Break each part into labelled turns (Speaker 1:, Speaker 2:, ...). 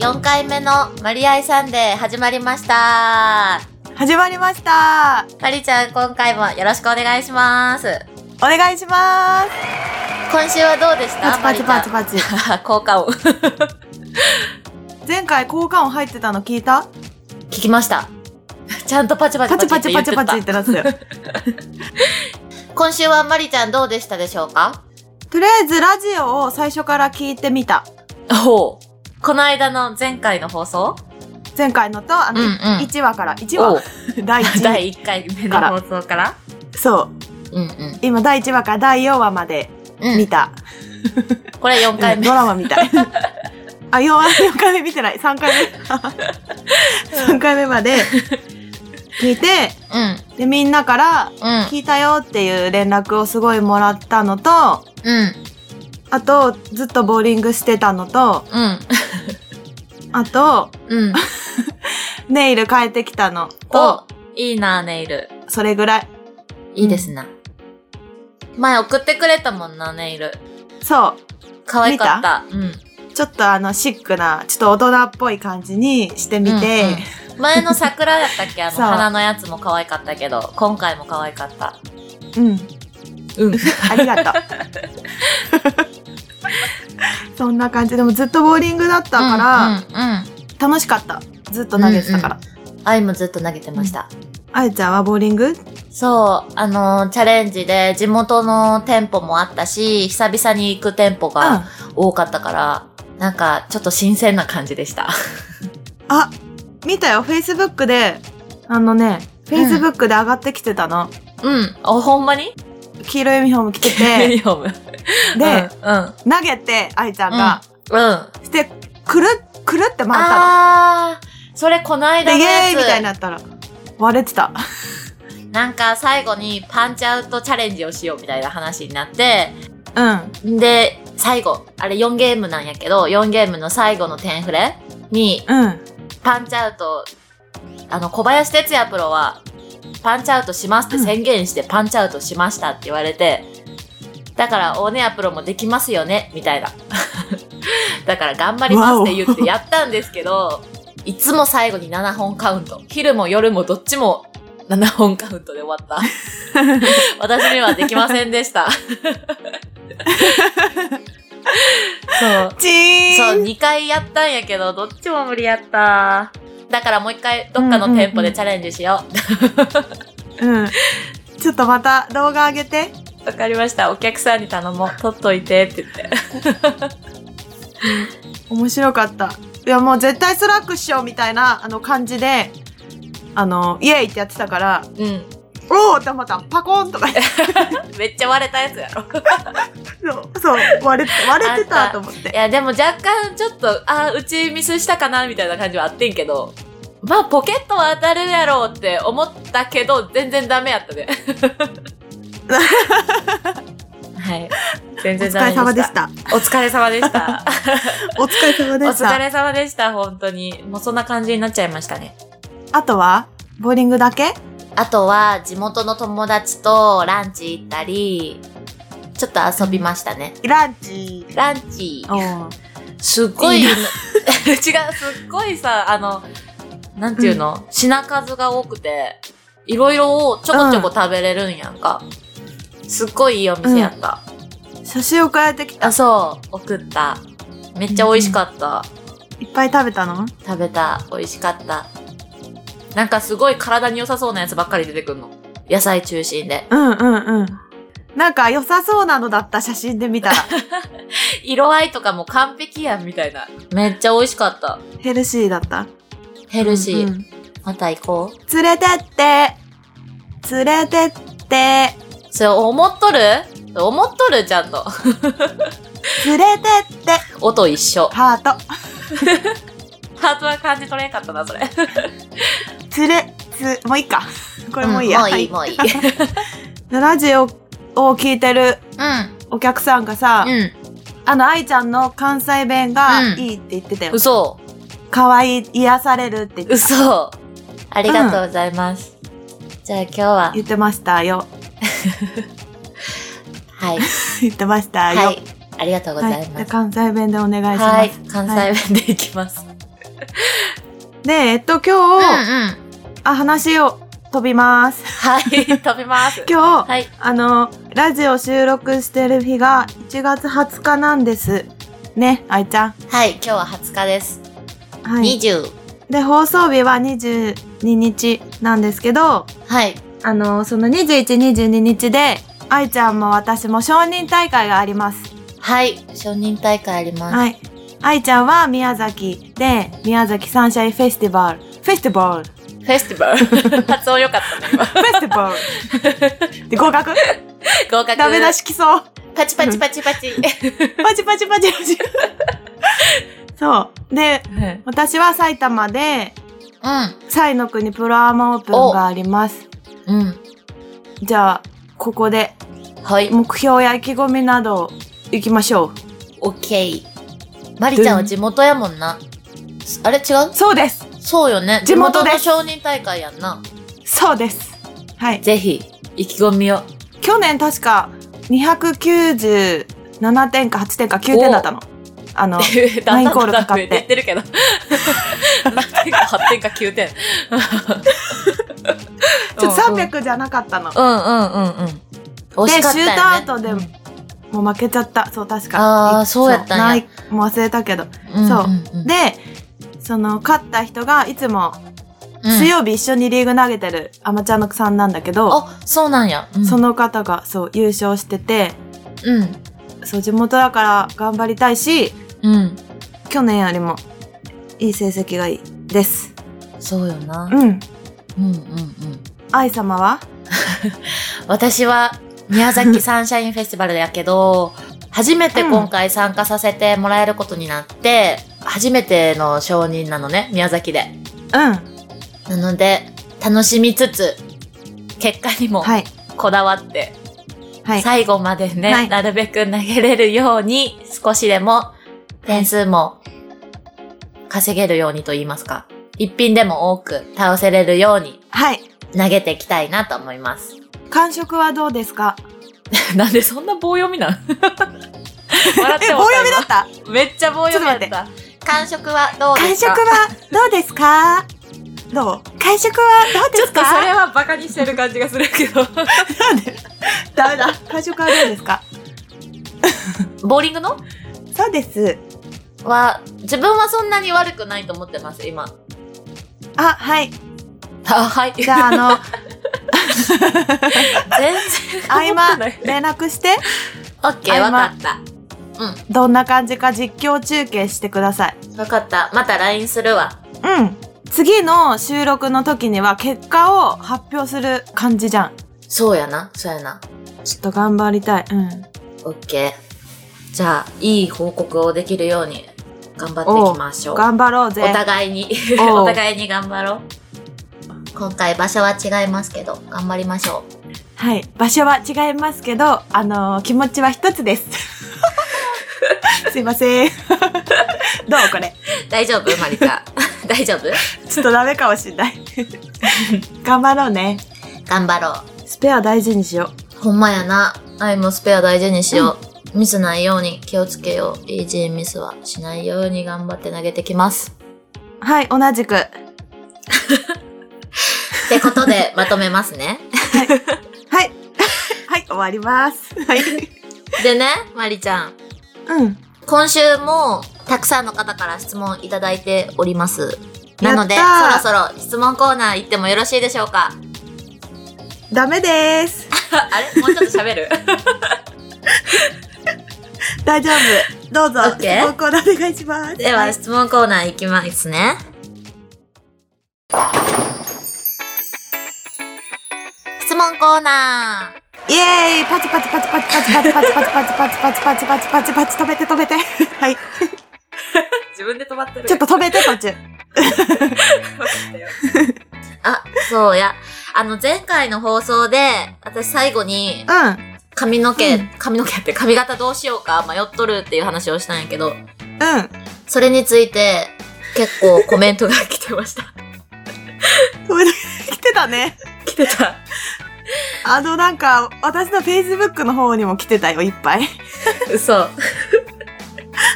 Speaker 1: 4回目のマリアイサンデー始まりました。
Speaker 2: 始まりました
Speaker 1: マリちゃん、今回もよろしくお願いします。
Speaker 2: お願いします
Speaker 1: 今週はどうでした
Speaker 2: パチパチパチパチ
Speaker 1: チ。 効果音。
Speaker 2: 前回効果音入ってたの聞いた
Speaker 1: 聞きました。ちゃんとパチパチ
Speaker 2: パチパ
Speaker 1: パチ
Speaker 2: チ
Speaker 1: パ
Speaker 2: パ
Speaker 1: チ
Speaker 2: チパチ
Speaker 1: パチ
Speaker 2: ってなってたよ
Speaker 1: 今週はマリちゃんどうでしたでしょうか
Speaker 2: とりあえずラジオを最初から聞いてみた
Speaker 1: おこの間の前回の放送
Speaker 2: 前回のとあの、
Speaker 1: うんうん
Speaker 2: 1話から1
Speaker 1: お
Speaker 2: 話
Speaker 1: う
Speaker 2: 第1
Speaker 1: 第1回目の放送から
Speaker 2: そう
Speaker 1: うんうん。
Speaker 2: 今第1話から第4話まで
Speaker 1: う
Speaker 2: 見
Speaker 1: ん。
Speaker 2: た、
Speaker 1: これ4回
Speaker 2: うん
Speaker 1: 目。
Speaker 2: ドラマみ たいあ4話4回目見てない3回目3回目まで聞いて
Speaker 1: うん。
Speaker 2: でみんなから
Speaker 1: うん。
Speaker 2: 聞いたよっていう連絡をすごいもらったのと、
Speaker 1: うん。
Speaker 2: あと、ずっとボーリングしてたのと、
Speaker 1: うん。
Speaker 2: あと、
Speaker 1: うん。
Speaker 2: ネイル変えてきたの
Speaker 1: お
Speaker 2: と、、
Speaker 1: いいな、ネイル。
Speaker 2: それぐらい。
Speaker 1: いいですな。前送ってくれたもんな、ネイル。
Speaker 2: そ
Speaker 1: 可愛かった。うん。
Speaker 2: う。ちょっとあの、シックな、ちょっと大人っぽい感じにしてみて、
Speaker 1: うん前の桜だったっけ あの、
Speaker 2: そう
Speaker 1: 花のやつも可愛かったけど、今回も可愛かった。
Speaker 2: うん、
Speaker 1: うん。
Speaker 2: ありがとう。 そんな感じ。でもずっとボーリングだったから、
Speaker 1: うん、うん。
Speaker 2: 楽しかった。ずっと投げてたから。
Speaker 1: 愛もずっと投げてました。
Speaker 2: あゆちゃんはボーリング
Speaker 1: そう、あのーチャレンジで地元の店舗もあったし、久々に行く店舗が
Speaker 2: う
Speaker 1: 多かったから、なんかちょっと新鮮な感じでした。
Speaker 2: ん。あ、見たよ。Facebook で、あのね、Facebook で上がってきてたの。
Speaker 1: うん。お、ほんまに
Speaker 2: 黄色いユニフォーム着て
Speaker 1: ユニ
Speaker 2: て、
Speaker 1: フォーム。
Speaker 2: で、
Speaker 1: うん、うん。
Speaker 2: 投げて、愛ちゃんが、
Speaker 1: うん。うん
Speaker 2: して、くるっ、くるって回った
Speaker 1: あー、それこない
Speaker 2: の。
Speaker 1: だ
Speaker 2: で、
Speaker 1: の
Speaker 2: イ
Speaker 1: や
Speaker 2: エーイみたい
Speaker 1: つ
Speaker 2: になったら、割れてた。
Speaker 1: なんか最後にパンチアウトチャレンジをしようみたいな話になって、
Speaker 2: うん。
Speaker 1: で、最後、あれ4ゲームなんやけど、4ゲームの最後の点フレに、
Speaker 2: うん。
Speaker 1: パンチアウト、あの、小林哲也プロは、パンチアウトしますって宣言してパンチアウトしましたって言われて、だから、オーネアプロもできますよね、みたいな。 だから、頑張りますって言ってやったんですけど、いつも最後に7本カウント。昼も夜もどっちも7本カウントで終わった。私にはできませんでした。 そう。
Speaker 2: チーン
Speaker 1: そう、2回やったんやけど、どっちも無理やった。だからもう一回、どっかの店舗でチャレンジしよう。わ、
Speaker 2: うん。ちょっとまた動画上げて。
Speaker 1: かりました。お客さんに頼もう。取っといて、って言って。
Speaker 2: 面白かった。いや、もう絶対スラックしようみたいな、あの、感じで、あの、イエーイってやってたから、
Speaker 1: うん。
Speaker 2: おーってまた、パコーンとか 言って、
Speaker 1: めっちゃ割れたやつ やろ。
Speaker 2: そう、そう割れて、割れて
Speaker 1: あっ
Speaker 2: た
Speaker 1: た
Speaker 2: と思っ
Speaker 1: い
Speaker 2: て。
Speaker 1: や、でも若干ちょっと、あーうちミスしたかな、みたいな感じはあってんけど、まあ、ポケットは当たるやろうって思ったけど、全然ダメやった ね。はい。全
Speaker 2: お
Speaker 1: 然
Speaker 2: 疲
Speaker 1: ダ
Speaker 2: れ
Speaker 1: メでした。
Speaker 2: 様でし。た。
Speaker 1: お疲れ様でした。
Speaker 2: お疲れ様
Speaker 1: お
Speaker 2: でした。
Speaker 1: 疲れ様でした、本当に。もうそんな感じになっちゃいましたね。
Speaker 2: あとは、ボーリングだけ
Speaker 1: あとは、地元の友達とランチ行ったり、ちょっと遊びましたね。
Speaker 2: ランチ。
Speaker 1: ランチ。
Speaker 2: おー
Speaker 1: すっごい、
Speaker 2: いい
Speaker 1: 違
Speaker 2: な
Speaker 1: う、すっごいさ、あの、なんていうの、品数が多くて、いろいろをちょこちょこ食べれるんやんか。すっごいいいお店やった。
Speaker 2: 写真を変えてきた
Speaker 1: あ、。そう、送った。めっちゃ美味しかった。
Speaker 2: いっぱい食べたの
Speaker 1: 食べた。美味しかった。なんかすごい体に良さそうなやつばっかり出てくんの。野菜中心で。
Speaker 2: うんうんうん。なんか良さそうなのだった写真で見 たら。
Speaker 1: 色合いとかも完璧やんみたいな。めっちゃ美味しかった。
Speaker 2: ヘルシーだった。
Speaker 1: ヘルシー。
Speaker 2: うんうん
Speaker 1: また行こう。
Speaker 2: 連れてって連れてって
Speaker 1: それ思っとる思っとるちゃんと。
Speaker 2: 連れてって
Speaker 1: 音一緒。
Speaker 2: ハート。
Speaker 1: ハートは感じ取れんかったな、それ。
Speaker 2: 連れ、つ、もういいか。これもういいや。
Speaker 1: んもういい、
Speaker 2: は
Speaker 1: もういい。う
Speaker 2: でラジオを聞いてる
Speaker 1: ん。
Speaker 2: お客さんがさ、
Speaker 1: うん。
Speaker 2: あの、愛ちゃんの関西弁が
Speaker 1: うん
Speaker 2: いいって言ってたよ。
Speaker 1: 嘘。
Speaker 2: 可愛い癒されるって言って
Speaker 1: 嘘。ありがとうございます。じゃあ今日は、
Speaker 2: 言ってましたよ。
Speaker 1: はい。
Speaker 2: 言ってましたよ。
Speaker 1: はい。ありがとうござい
Speaker 2: は
Speaker 1: ま
Speaker 2: い、
Speaker 1: す。
Speaker 2: 関西弁でお願いします。
Speaker 1: はい。関西弁でいきます。
Speaker 2: で、えっと、今
Speaker 1: うんう
Speaker 2: 日、
Speaker 1: ん。
Speaker 2: あ、話を飛びます。
Speaker 1: はい、飛びます。
Speaker 2: 今日、
Speaker 1: はい。
Speaker 2: あの、ラジオ収録してる日が1月20日なんです。ね、あいちゃん。
Speaker 1: はい、今日は20日です。
Speaker 2: はい。
Speaker 1: 20。
Speaker 2: で、放送日は22日なんですけど、
Speaker 1: はい。
Speaker 2: あの、その21、22日で、あいちゃんも私も承認大会があります。
Speaker 1: はい、承認大会あります。
Speaker 2: はい。あいちゃんは宮崎で、宮崎サンシャインフェスティバル。フェスティバル。フ
Speaker 1: フェスティ バル。発音良かったね、今。
Speaker 2: ェスティバル。で、合格
Speaker 1: 合格。
Speaker 2: ダメ出し来そう。
Speaker 1: パチパチパチパチ。
Speaker 2: パチパチパチパチ。そう。で、
Speaker 1: うん。
Speaker 2: 私は埼玉で、サイの国プロアーマオープンがあります。
Speaker 1: うん。
Speaker 2: じゃあ、ここで
Speaker 1: はい。
Speaker 2: 目標や意気込みなど行きましょ
Speaker 1: オッケー。マリちゃんは地元やもんな。あれ違う
Speaker 2: う。そうです。
Speaker 1: そうよね。
Speaker 2: 地元です
Speaker 1: 地元の承認大会やんな。
Speaker 2: そうです。はい。
Speaker 1: ぜひ、意気込みを。
Speaker 2: 去年確か297点か8点か9点だったの。あの、
Speaker 1: だんだん
Speaker 2: コールかかっ
Speaker 1: だんだん増え
Speaker 2: て
Speaker 1: いってるけど。7点か8点か9点。
Speaker 2: ちょっと300じゃなかったの。
Speaker 1: うんうんうんうん。惜しか
Speaker 2: で
Speaker 1: ったよね。
Speaker 2: シュートアウトで
Speaker 1: うん
Speaker 2: もう負けちゃった。そう、確か。
Speaker 1: あーそうやったんや
Speaker 2: ない、もう忘れたけど。そうで、その、勝った人がいつも、
Speaker 1: うん
Speaker 2: 水曜日一緒にリーグ投げてるアマチュアのさんなんだけど、
Speaker 1: あ、そうなんや。うん
Speaker 2: その方が、そう、優勝してて、
Speaker 1: うん。
Speaker 2: そう、地元だから頑張りたいし、
Speaker 1: うん。
Speaker 2: 去年よりも、いい成績がいいです。
Speaker 1: そうよな。
Speaker 2: うん。
Speaker 1: うんうんうん。
Speaker 2: 愛様は
Speaker 1: 私は、宮崎サンシャインフェスティバルやけど、初めて今回参加させてもらえることになって、初めての承認なのね、宮崎で。
Speaker 2: うん。
Speaker 1: なので、楽しみつつ、結果にも
Speaker 2: はい。
Speaker 1: こだわって、
Speaker 2: はい。
Speaker 1: 最後までね、
Speaker 2: はい
Speaker 1: なるべく投げれるように、少しでも点数も稼げるようにと言いますか、一品でも多く倒せれるように
Speaker 2: はい。
Speaker 1: 投げていきたいなと思います。
Speaker 2: 感触はどうですか
Speaker 1: なんでそんな棒読みなん 笑ってもらっ
Speaker 2: え、棒
Speaker 1: た
Speaker 2: 読みだった
Speaker 1: 今めっちゃ棒読みだった
Speaker 2: ち
Speaker 1: 感触はどうで
Speaker 2: 感
Speaker 1: す
Speaker 2: 触
Speaker 1: か
Speaker 2: はどうですかどう感触はどうで
Speaker 1: ちょ
Speaker 2: す
Speaker 1: っとそれ
Speaker 2: か
Speaker 1: はバカにしてる感じがするけど
Speaker 2: ダメだ。感触はどうですか
Speaker 1: ボーリングの
Speaker 2: そうです。
Speaker 1: は自分はそんなに悪くないと思ってます今
Speaker 2: あ、はい。
Speaker 1: あはい
Speaker 2: じゃあ、あ の、
Speaker 1: 全然
Speaker 2: 合
Speaker 1: 思っ
Speaker 2: 間
Speaker 1: てない、
Speaker 2: 連絡して、
Speaker 1: オッケー
Speaker 2: 合
Speaker 1: わ
Speaker 2: 間
Speaker 1: かった
Speaker 2: どんな感じか実況中継してください。
Speaker 1: わかったまた LINE するわ
Speaker 2: うん。次の収録の時には結果を発表する感じじゃん。
Speaker 1: そうやなそうやな
Speaker 2: ちょっと頑張りたい。うん。
Speaker 1: オッケーじゃあいい報告をできるように頑張っていきましょう
Speaker 2: 頑張ろうぜ。
Speaker 1: お互いに
Speaker 2: おう
Speaker 1: お互いに頑張ろう今回場所は違いますけど頑張りましょう
Speaker 2: はい。場所は違いますけど、あのー気持ちは一つです。 すいません。どうこれ。
Speaker 1: 大丈夫マリカ 大丈夫
Speaker 2: ちょっとダメかもしんない。頑張ろうね。
Speaker 1: 頑張ろ
Speaker 2: スペア大事にしよ
Speaker 1: うほんまやな愛もスペア大事にしよう、ミスないように気をつけようイージーミスはしないように頑張って投げてきます
Speaker 2: う。はい、同じく。は
Speaker 1: ってこと でまとめますね
Speaker 2: い。はい、終わります。はい。
Speaker 1: でねマリちゃん
Speaker 2: うん。
Speaker 1: 今週もたくさんの方から質問いただいておりますなのでそ
Speaker 2: やったー
Speaker 1: ろそろ質問コーナー行ってもよろしいでしょうか
Speaker 2: ダメです。
Speaker 1: あれもうちょっと喋る
Speaker 2: 大丈夫。どうぞ、
Speaker 1: オッケー
Speaker 2: ご行動お願いします。
Speaker 1: で
Speaker 2: い
Speaker 1: は質問コーナーいきますね。質問コーナー。
Speaker 2: イエーイパチパチパチパチパチパチパチパチパチパチパチパチパチパチ止めて止めて。はい。
Speaker 1: 自分で止まってる
Speaker 2: ちょっと止めて途中。
Speaker 1: あ、そうや。あの、前回の放送で、私最後に、
Speaker 2: う
Speaker 1: 髪の毛、
Speaker 2: うん
Speaker 1: 髪の毛って髪型どうしようか迷っとるっていう話をしたんやけど、
Speaker 2: ん。うん。
Speaker 1: それについて、結構コメントが来てました。
Speaker 2: 止めて、来てたね。
Speaker 1: 来てた。
Speaker 2: あのなんか、私の Facebook の方にも来てたよ、いっぱい。
Speaker 1: 嘘。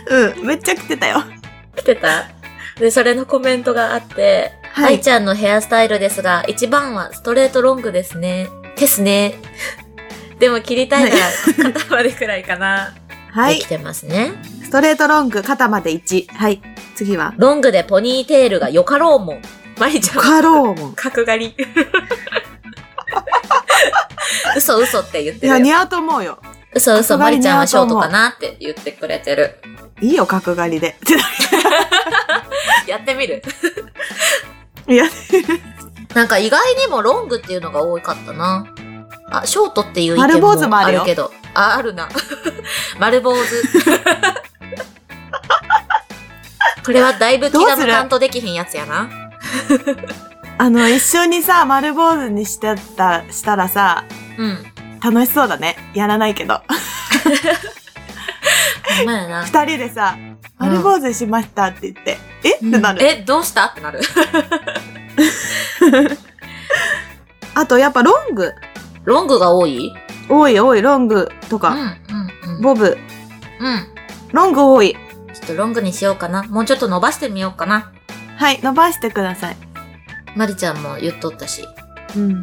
Speaker 2: うん。めっちゃ来てたよ。
Speaker 1: 来てたで、それのコメントがあって、
Speaker 2: は
Speaker 1: 愛ちゃんのヘアスタイルですが、一番はストレートロングですね。ですね。 でも切りたいなら肩までくらいかな。
Speaker 2: は
Speaker 1: で
Speaker 2: い
Speaker 1: き。てますね。
Speaker 2: ストレートロング、肩まで1。はい。次は、
Speaker 1: ロングでポニーテールがよかろうもん。マリちゃん。
Speaker 2: カローモン。
Speaker 1: 角刈 り。嘘嘘って言っ
Speaker 2: い
Speaker 1: て
Speaker 2: や、
Speaker 1: るよ。
Speaker 2: 似合うと思うよ。
Speaker 1: 嘘嘘、
Speaker 2: 角刈
Speaker 1: マ
Speaker 2: り
Speaker 1: リ
Speaker 2: 似
Speaker 1: ちゃん
Speaker 2: 合う
Speaker 1: はシ
Speaker 2: と
Speaker 1: ョ
Speaker 2: 思
Speaker 1: ー
Speaker 2: う
Speaker 1: トかなって言ってくれてる。
Speaker 2: いいよ、角刈りで。
Speaker 1: やってみる
Speaker 2: いや、
Speaker 1: なんか意外にもロングっていうのが多かったな。あ、ショートっていう意
Speaker 2: 丸
Speaker 1: 見
Speaker 2: 坊主も
Speaker 1: も
Speaker 2: あ
Speaker 1: あ
Speaker 2: るよ
Speaker 1: るけど。あ、あるな。 丸坊主。 これはだいぶ気
Speaker 2: どう
Speaker 1: が
Speaker 2: す
Speaker 1: 無
Speaker 2: る
Speaker 1: 関とできひんやつやな。
Speaker 2: あの、一緒にさ、丸坊主にしてた、したらさ、
Speaker 1: うん。
Speaker 2: 楽しそうだね。やらないけど。
Speaker 1: ほんまやな。
Speaker 2: 二人でさ、丸坊主しましたって言って、えってなる。
Speaker 1: え、どうしたってなる。
Speaker 2: あと、やっぱロング。
Speaker 1: ロングが多い
Speaker 2: 多い多い、ロングと
Speaker 1: うん、う
Speaker 2: か、
Speaker 1: ん、うん。
Speaker 2: ボブ。
Speaker 1: うん。
Speaker 2: ロング多い。
Speaker 1: ちょっとロングにしようかな。もうちょっと伸ばしてみようかな。
Speaker 2: はい、伸ばしてください。
Speaker 1: まりちゃんも言っとったし。
Speaker 2: うん。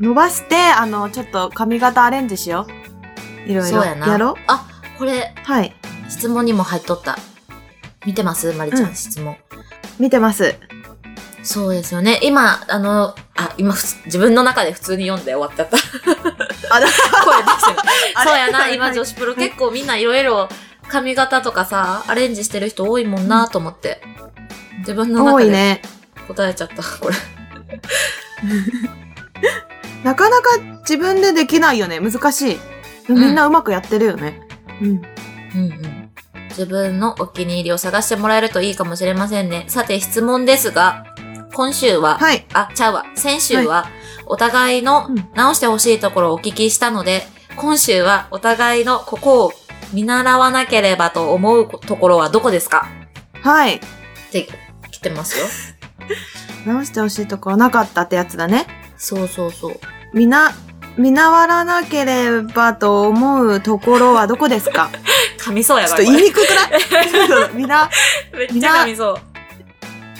Speaker 2: 伸ばして、あの、ちょっと髪型アレンジしよう。いろい
Speaker 1: そ
Speaker 2: ろ。
Speaker 1: うやな。
Speaker 2: ろ
Speaker 1: あ、これ、
Speaker 2: はい。
Speaker 1: 質問にも入っとった。見てますまりちゃん、
Speaker 2: うん
Speaker 1: 質問。
Speaker 2: 見てます。
Speaker 1: そうですよね。今、あの、あ、今、ふつ自分の中で普通に読んで終わ っちゃった。
Speaker 2: あ、だ
Speaker 1: 声出してる。
Speaker 2: あれ
Speaker 1: そうやな、
Speaker 2: は
Speaker 1: 今
Speaker 2: い
Speaker 1: 女子プロ結構みんないろいろ髪型とかさ、アレンジしてる人多いもんなと思って。自分の
Speaker 2: 多
Speaker 1: 中
Speaker 2: い
Speaker 1: で
Speaker 2: ね。
Speaker 1: 答えちゃった、これ。
Speaker 2: なかなか自分でできないよね。難しい。でも
Speaker 1: うん
Speaker 2: みんなうまくやってるよね。うん。
Speaker 1: うんうん。自分のお気に入りを探してもらえるといいかもしれませんね。さて質問ですが、今週は、
Speaker 2: はい。
Speaker 1: あ、ちゃうわ、先週は、お互いの
Speaker 2: うん
Speaker 1: 直してほしいところをお聞きしたので、今週はお互いのここを見習わなければと思うところはどこですか
Speaker 2: はい。
Speaker 1: って来てます よ。
Speaker 2: 直してほしいところなかったってやつだね。
Speaker 1: そうそうそう。
Speaker 2: みな、見習わなければと思うところはどこですか
Speaker 1: 噛み そうや
Speaker 2: ちょ
Speaker 1: ば
Speaker 2: っ
Speaker 1: い。
Speaker 2: と
Speaker 1: こ
Speaker 2: 言いにくくない みな、
Speaker 1: れめっちゃ噛みそう。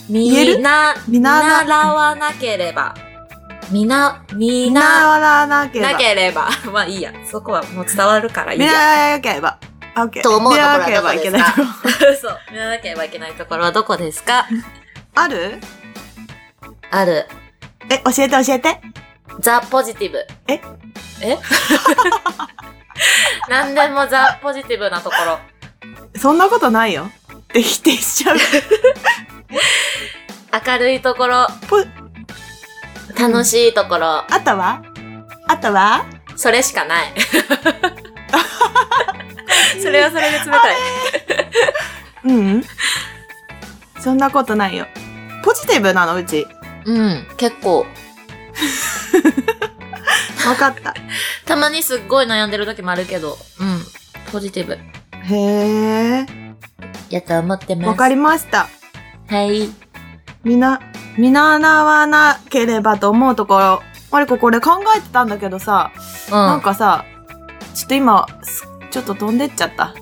Speaker 1: み
Speaker 2: 言える
Speaker 1: な、
Speaker 2: 見
Speaker 1: 見
Speaker 2: 習
Speaker 1: 習わなければ。みな、み
Speaker 2: 見
Speaker 1: な、
Speaker 2: 習わなければ
Speaker 1: な。ければ。まあいいや。そこはもう伝わるからいい
Speaker 2: 見
Speaker 1: や。
Speaker 2: 習わなければ。あ OK
Speaker 1: と思う
Speaker 2: 見
Speaker 1: と
Speaker 2: 習わ
Speaker 1: ころは
Speaker 2: なければいけないところ。
Speaker 1: そう。見なければいけないところはどこですか
Speaker 2: ある
Speaker 1: ある。
Speaker 2: え、教えて教えて。
Speaker 1: ザ・ポジティブ。
Speaker 2: え
Speaker 1: え何でもザ・ポジティブなところ。
Speaker 2: そんなことないよ。って否定しちゃう。
Speaker 1: 明るいところ。
Speaker 2: ぽ
Speaker 1: 楽しいところ。
Speaker 2: あとはあとは
Speaker 1: それし かない。それはそれで冷たい。
Speaker 2: うん。そんなことないよ。ポジティブなのうち。
Speaker 1: うん。結構。
Speaker 2: わかった。
Speaker 1: たまにすっごい悩んでる時もあるけど。うん。ポジティブ。
Speaker 2: へえ。
Speaker 1: やと思ってます。
Speaker 2: わかりました。
Speaker 1: はい。
Speaker 2: みな、見習わなければと思うところ。マリコこれ考えてたんだけどさ、
Speaker 1: う
Speaker 2: なん
Speaker 1: ん。
Speaker 2: かさ、ちょっと今、すちょっと飛んでっちゃ った。あっ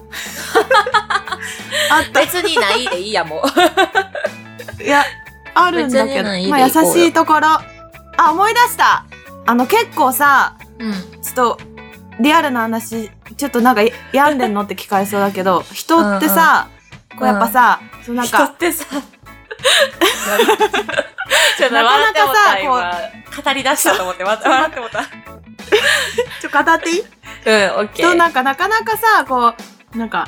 Speaker 2: た。
Speaker 1: 別にないでいいや、もう。
Speaker 2: いや、あるんだけ
Speaker 1: 別に
Speaker 2: ど。まあ
Speaker 1: ない
Speaker 2: 優
Speaker 1: で
Speaker 2: し
Speaker 1: いこうよ
Speaker 2: いところ。あ、思い出したあの、結構さ、
Speaker 1: うん。
Speaker 2: ちょっと、リアルな話、ちょっとなんか、病んでんのって聞かれそうだけど、人ってさ、こうやっぱさ、そうなん
Speaker 1: 人
Speaker 2: か、
Speaker 1: って さ。ちょっと笑ってもった今語り出したと思って、笑って笑ってもった。
Speaker 2: ちょ、語っていい
Speaker 1: うん、オッケ
Speaker 2: 人
Speaker 1: ー。
Speaker 2: なんか、なかなかさ、こう、なんか、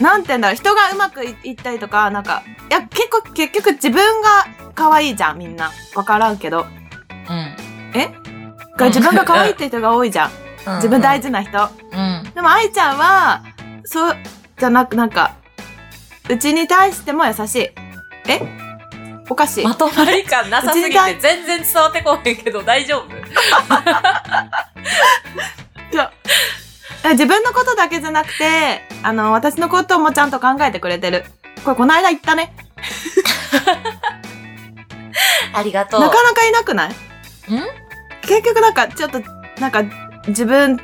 Speaker 2: なんて言うんだろう、人がうまくいいったりとか、なんか、いや、結構、結局自分が可愛いじゃん、みんな。わからんけど。え
Speaker 1: うん
Speaker 2: 自分が可愛いって人が多いじゃん。
Speaker 1: うん。
Speaker 2: 自分大事な人。
Speaker 1: うん。
Speaker 2: でも愛ちゃんは、そう、じゃなく、なんか、うちに対しても優しい。えおかしい。
Speaker 1: まとまり感なさすぎて全然伝わってこないけど大丈夫
Speaker 2: 自分のことだけじゃなくて、あの、私のこともちゃんと考えてくれてる。これ、この間言ったね。
Speaker 1: ありがと
Speaker 2: なかなかいなくないん結局、なんか、ちょっと、なんか、自分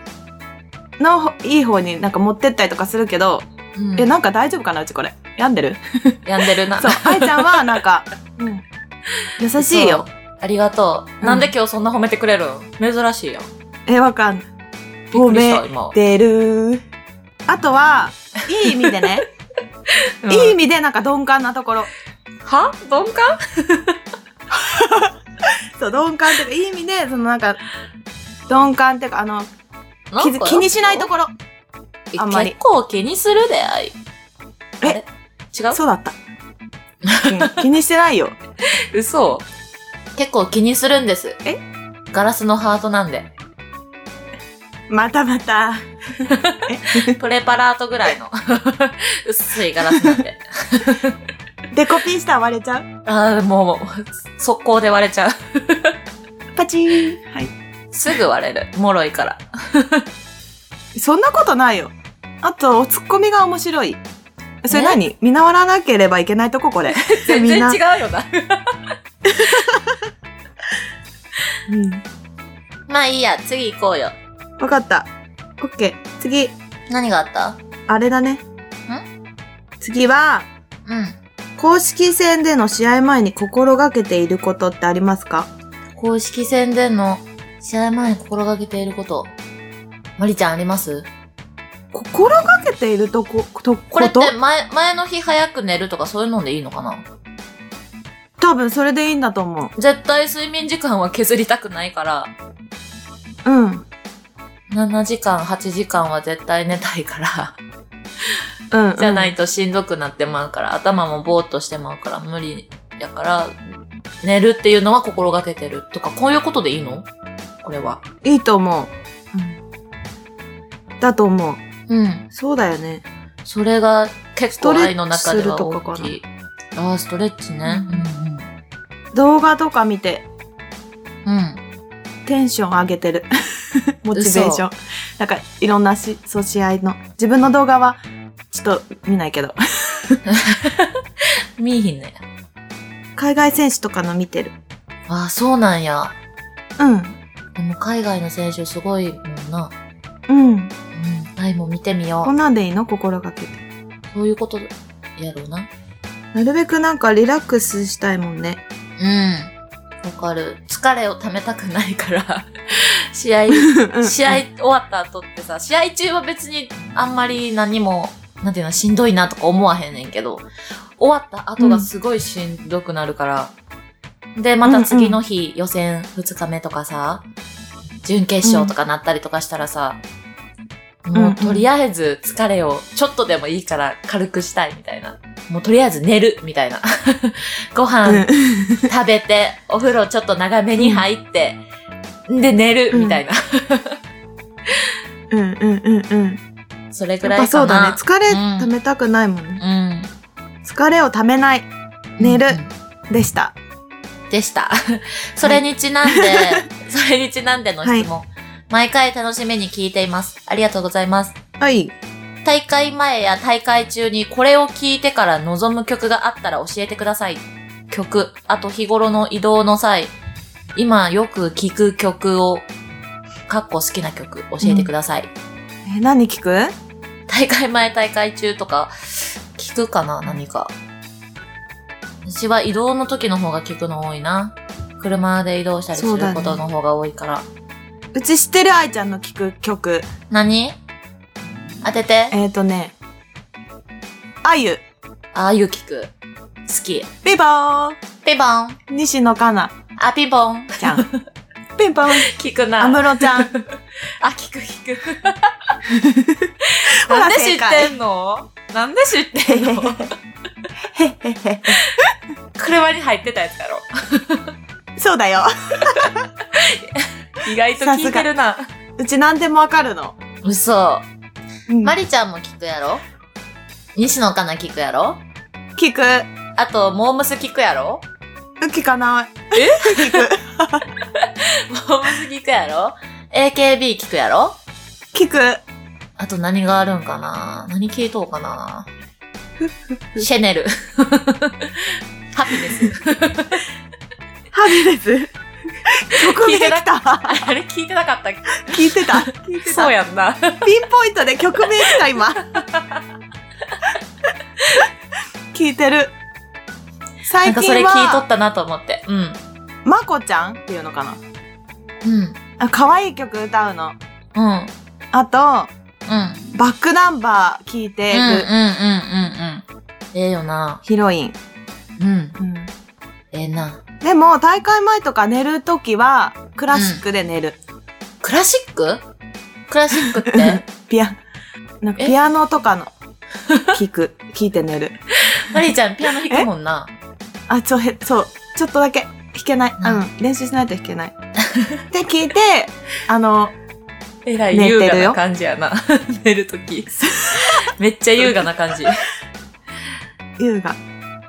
Speaker 2: のいい方になんか持ってったりとかするけど、
Speaker 1: うん
Speaker 2: え、なんか大丈夫かなうちこれ。病ん でる
Speaker 1: 病んでるな。
Speaker 2: そう、愛ちゃんはなんか、うん、優しいよ。
Speaker 1: ありがとう。
Speaker 2: うん
Speaker 1: なんで今日そんな褒めてくれるの珍しいやん。
Speaker 2: え、わかんない。
Speaker 1: びっくりした、今。
Speaker 2: 出る。あとは、いい意味でね、
Speaker 1: うん
Speaker 2: いい意味でなんか鈍感なところ。
Speaker 1: は鈍感
Speaker 2: そう、鈍感っていうか、いい意味で、そのなんか、鈍感っていうか、あの、
Speaker 1: な
Speaker 2: 気
Speaker 1: ん
Speaker 2: づ
Speaker 1: か
Speaker 2: 気にしないところ。
Speaker 1: え
Speaker 2: あんまり
Speaker 1: 結構気にするで、あい。
Speaker 2: え
Speaker 1: あれ違う
Speaker 2: そうだった。うん気にしてないよ。
Speaker 1: 嘘結構気にするんです。
Speaker 2: え
Speaker 1: ガラスのハートなんで。
Speaker 2: またまた。
Speaker 1: プレパラートぐらいの。 薄いガラスなんで。
Speaker 2: デコピンしたら割れちゃう
Speaker 1: ああ、もう、速攻で割れちゃう。
Speaker 2: パチーン。はい。
Speaker 1: すぐ割れる。脆いから。
Speaker 2: そんなことないよ。あと、ツッコミが面白い。それ何見習わなければいけないとこ これ。
Speaker 1: 全
Speaker 2: みん
Speaker 1: 然
Speaker 2: な
Speaker 1: 違うよ な。
Speaker 2: うん。
Speaker 1: まあいいや、次行こうよ。
Speaker 2: わかった。オッケー。次、
Speaker 1: 何があった
Speaker 2: あれだね。ん次は、
Speaker 1: うん。
Speaker 2: 公式戦での試合前に心がけていることってありますか
Speaker 1: 公式戦での試合前に心がけていること。まりちゃんあります
Speaker 2: 心がけているとこ、と、
Speaker 1: これっ
Speaker 2: と
Speaker 1: て前、前の日早く寝るとかそういうのでいいのかな
Speaker 2: 多分それでいいんだと思う。
Speaker 1: 絶対睡眠時間は削りたくないから、
Speaker 2: うん。
Speaker 1: 7時間、8時間は絶対寝たいから、
Speaker 2: うん。
Speaker 1: じゃな
Speaker 2: うん。
Speaker 1: いとしんどくなってまうから、頭もぼーっとしてまうから無理やから、寝るっていうのは心がけてるとか、こういうことでいいのこれは。
Speaker 2: いいと思う。だと思う。
Speaker 1: うん。
Speaker 2: そうだよね。
Speaker 1: それが結構愛の中で
Speaker 2: ス
Speaker 1: は
Speaker 2: トレッ
Speaker 1: 大
Speaker 2: チす
Speaker 1: き
Speaker 2: る
Speaker 1: い。ああ、ストレッチね。
Speaker 2: 動画とか見て
Speaker 1: うんうん。うん。
Speaker 2: テンション上げてる。 モチベーション。なんかいろんなし、そう試合の。自分の動画はちょっと見ないけど。
Speaker 1: 見えひんね。
Speaker 2: 海外選手とかの見てる。
Speaker 1: ああ、そうなんや。
Speaker 2: うん。
Speaker 1: でも海外の選手すごいもんな。
Speaker 2: うん。
Speaker 1: うん。愛も見てみよ
Speaker 2: こんなんでいいの心がけて。
Speaker 1: う。そういうことやろうな。
Speaker 2: なるべくなんかリラックスしたいもんね。
Speaker 1: うん。わかる。疲れを溜めたくないから、 試合、 試合終わった後ってさ、試合中は別にあんまり何も、なんていうの、しんどいなとか思わへんねんけど、終わった後がすごいしんどくなるから、で、また次の日、予選2日目とかさ、準決勝とかなったりとかしたらさ、
Speaker 2: うん
Speaker 1: も
Speaker 2: うん
Speaker 1: うとりあえず疲れをちょっとでもいいから軽くしたいみたいな。もうとりあえず寝るみたいな。 ご飯食べて、お風呂ちょっと長めに入って、で、寝る、みたいな。
Speaker 2: うんうんうんうん。
Speaker 1: それく
Speaker 2: やっ
Speaker 1: ら
Speaker 2: ぱ
Speaker 1: いかな。
Speaker 2: そうだね。疲れ
Speaker 1: うん
Speaker 2: 溜めたくないもんね。
Speaker 1: ね。
Speaker 2: 疲れを溜めない
Speaker 1: うん。
Speaker 2: 寝る
Speaker 1: うん
Speaker 2: でした。
Speaker 1: でした。 それにちなんで、 それにちなんでの質問。毎回楽しみに聞いています。ありがとうございます。
Speaker 2: はい。
Speaker 1: 大会前や大会中にこれを聴いてから望む曲があったら教えてください。曲、あと日頃の移動の際、今よく聴く曲を、かっこ好きな曲教えてください。
Speaker 2: え、何聞く
Speaker 1: 大会前、大会中とか、聞くかな何か。私は移動の時の方が聞くの多いな。車で移動したりす
Speaker 2: そうだね
Speaker 1: ることの方が多いから。
Speaker 2: うち知ってる愛ちゃんの聞く曲。
Speaker 1: 何当てて。
Speaker 2: えっ、ー、とね。あゆ。
Speaker 1: ああいう聞く。好き。
Speaker 2: ピンポーン
Speaker 1: ピボン。
Speaker 2: 西野カナ
Speaker 1: あ、ピボン。
Speaker 2: ちゃ ん。ピンポーン
Speaker 1: 聞くな。
Speaker 2: 安室ちゃん。
Speaker 1: あ、聞く聞く。
Speaker 2: ほら
Speaker 1: なんで知ってんのなんで知ってんの 車に入ってたやつだろ。
Speaker 2: そうだよ。
Speaker 1: 意外と聞いてるな。
Speaker 2: うち何でもわかるの。
Speaker 1: 嘘。
Speaker 2: うん
Speaker 1: まりちゃんも聞くやろ西野かな聞くやろ
Speaker 2: 聞く。
Speaker 1: あと、モームス聞くやろ
Speaker 2: 聞かない。
Speaker 1: モームス聞くやろ ?AKB 聞くやろ
Speaker 2: 聞く。
Speaker 1: あと何があるんかな何聞いとうかなシェネ ル。ハピネス。
Speaker 2: ハビです。 曲
Speaker 1: 聞
Speaker 2: で
Speaker 1: いて
Speaker 2: き
Speaker 1: な
Speaker 2: た。
Speaker 1: あれ聞いてなかったっけ
Speaker 2: 聞いてた。聞いてた。
Speaker 1: うやんな。
Speaker 2: ピンポイントで曲名来た今。聞いてる。
Speaker 1: な
Speaker 2: 最
Speaker 1: んかそれ
Speaker 2: 近
Speaker 1: 聞いと
Speaker 2: は、
Speaker 1: ったなと思って。うん。
Speaker 2: まこちゃんっていうのかな
Speaker 1: うん。
Speaker 2: あ可愛い曲歌うの。
Speaker 1: うん。うん。
Speaker 2: あと、バックナンバー聞いて
Speaker 1: うんうんうんうん
Speaker 2: る
Speaker 1: うん。ええよな。
Speaker 2: ヒロイン。
Speaker 1: うん。
Speaker 2: うん
Speaker 1: ええな。
Speaker 2: でも、大会前とか寝るときは、クラシックで寝る。
Speaker 1: クラシッククラシッ クって、
Speaker 2: ピア、なんか
Speaker 1: え
Speaker 2: ピアノとかの、聞く、聞いて寝る。
Speaker 1: マリーちゃんピアノ弾くもんな。
Speaker 2: あ、ちょ、へ、そう、ちょっとだけ弾けない。
Speaker 1: うん
Speaker 2: うん、練習しないと弾けない。で、聞いて、あの、
Speaker 1: えら
Speaker 2: い優雅な
Speaker 1: 感じやな。 寝るとき。めっちゃ優雅な感じ。
Speaker 2: 優雅。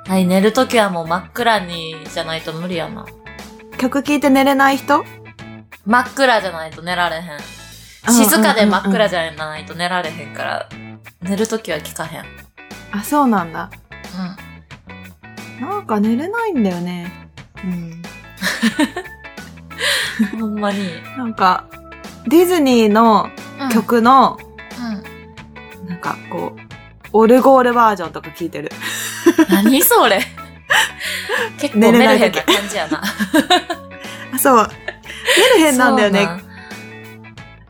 Speaker 1: はい、寝るときはもう真っ暗にじゃないと無理やな。
Speaker 2: 曲聞いて寝れない人
Speaker 1: 真っ暗じゃないと寝られへん。静かで真っ暗じゃないと寝られへんから、寝るときは聞かへん。うん。
Speaker 2: あ、そうなんだ。なんか寝れないんだよね。うん。
Speaker 1: ほんまに。
Speaker 2: なんか、ディズニーの曲の、
Speaker 1: うん。
Speaker 2: なんかこう、オルゴールバージョンとか聞いてる。
Speaker 1: 何それ結構メル
Speaker 2: 寝れな
Speaker 1: ヘ
Speaker 2: い
Speaker 1: ン
Speaker 2: 時
Speaker 1: な感じやな。
Speaker 2: あ、そう。寝るへんなんだよね。
Speaker 1: そう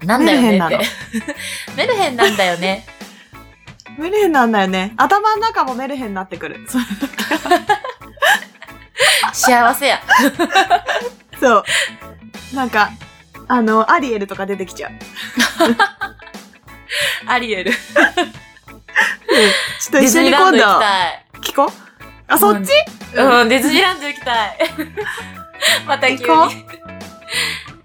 Speaker 1: なん。なんだよ
Speaker 2: メルヘ
Speaker 1: ねっ
Speaker 2: ンな
Speaker 1: て
Speaker 2: の。
Speaker 1: メルヘンなんだよね。
Speaker 2: メルヘンなんだよね。頭の中もメルヘンになってくる。そう。
Speaker 1: 幸せや。
Speaker 2: そうなんか、あの、アリエルとか出てきちゃう。
Speaker 1: アリ エル。
Speaker 2: ちょっと一緒に今
Speaker 1: ディズニーランド
Speaker 2: 度
Speaker 1: 行き、たい。
Speaker 2: 聞こうあ、そっち
Speaker 1: うん、ディズニーランド行きたい。 また急に。
Speaker 2: 行こ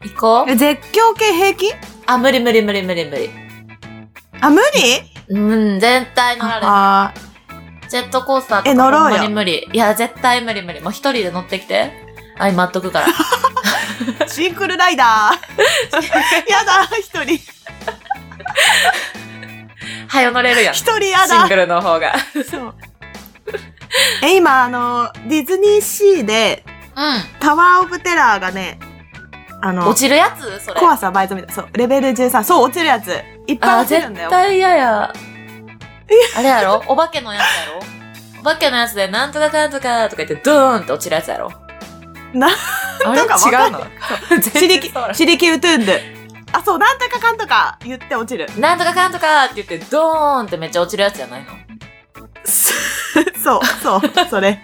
Speaker 1: 行こう。
Speaker 2: え絶叫系平気
Speaker 1: あ、無理無理無理無理無理。
Speaker 2: あ、無理
Speaker 1: うん、絶対乗られへん
Speaker 2: あ
Speaker 1: ジェットコースターと
Speaker 2: え
Speaker 1: か
Speaker 2: 乗ろう
Speaker 1: ほ
Speaker 2: よ
Speaker 1: んまに無理。いや、絶対無理無理。もう一人で乗ってきて。あ、今待っとく から。
Speaker 2: ーシンクルライダ ー。やだ、一人。一
Speaker 1: はよ乗れるやん。シ
Speaker 2: 人や
Speaker 1: ン
Speaker 2: だ
Speaker 1: グ。ルの方が。
Speaker 2: そう。え、今、あの、ディズニーシーで、
Speaker 1: う
Speaker 2: タワーオブテラーがね、あ
Speaker 1: ん。
Speaker 2: の
Speaker 1: 落、ちるやつそれ。
Speaker 2: 怖さ倍増みたいな。そう、レベル13。そう、落ちるやつ。いっぱい
Speaker 1: あ、
Speaker 2: 落ちるん
Speaker 1: 絶
Speaker 2: だよ。
Speaker 1: 対嫌や。あれやろお化けのやつやろお化けのやつで、なんとかかんとかとか言って、ドーンって落ちるやつやろ
Speaker 2: な
Speaker 1: あれ違
Speaker 2: なんかわか
Speaker 1: うんの
Speaker 2: シ
Speaker 1: 全
Speaker 2: リ
Speaker 1: 然
Speaker 2: キ
Speaker 1: そうな、の
Speaker 2: シリキウトゥンドゥ。あ、そう、なんとかかんとか言って落ち る。
Speaker 1: なんとかかんとかって言って、ドーンってめっちゃ落ちるやつじゃないの
Speaker 2: そう、そう、それ。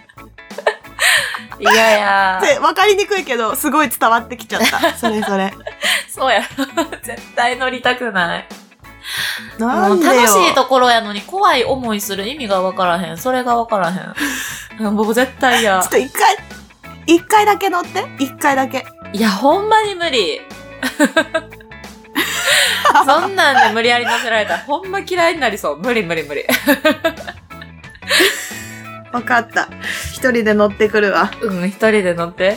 Speaker 1: いやいや。
Speaker 2: で、わかりにくいけど、すごい伝わってきちゃった。それそ れ。
Speaker 1: そうやろ。絶対乗りたくない。
Speaker 2: な
Speaker 1: も
Speaker 2: ん
Speaker 1: う
Speaker 2: でよ。
Speaker 1: 楽しいところやのに怖い思いする意味がわからへん。それがわからへん。もう絶対や
Speaker 2: ちょっ。と一回、一回だけ乗って。一回だけ。
Speaker 1: いや、ほんまに無理。そんなんで無理やり乗せられたらほんま嫌いになりそう。無理無理無理。
Speaker 2: わかった。一人で乗ってくるわ。
Speaker 1: うん、一人で乗って。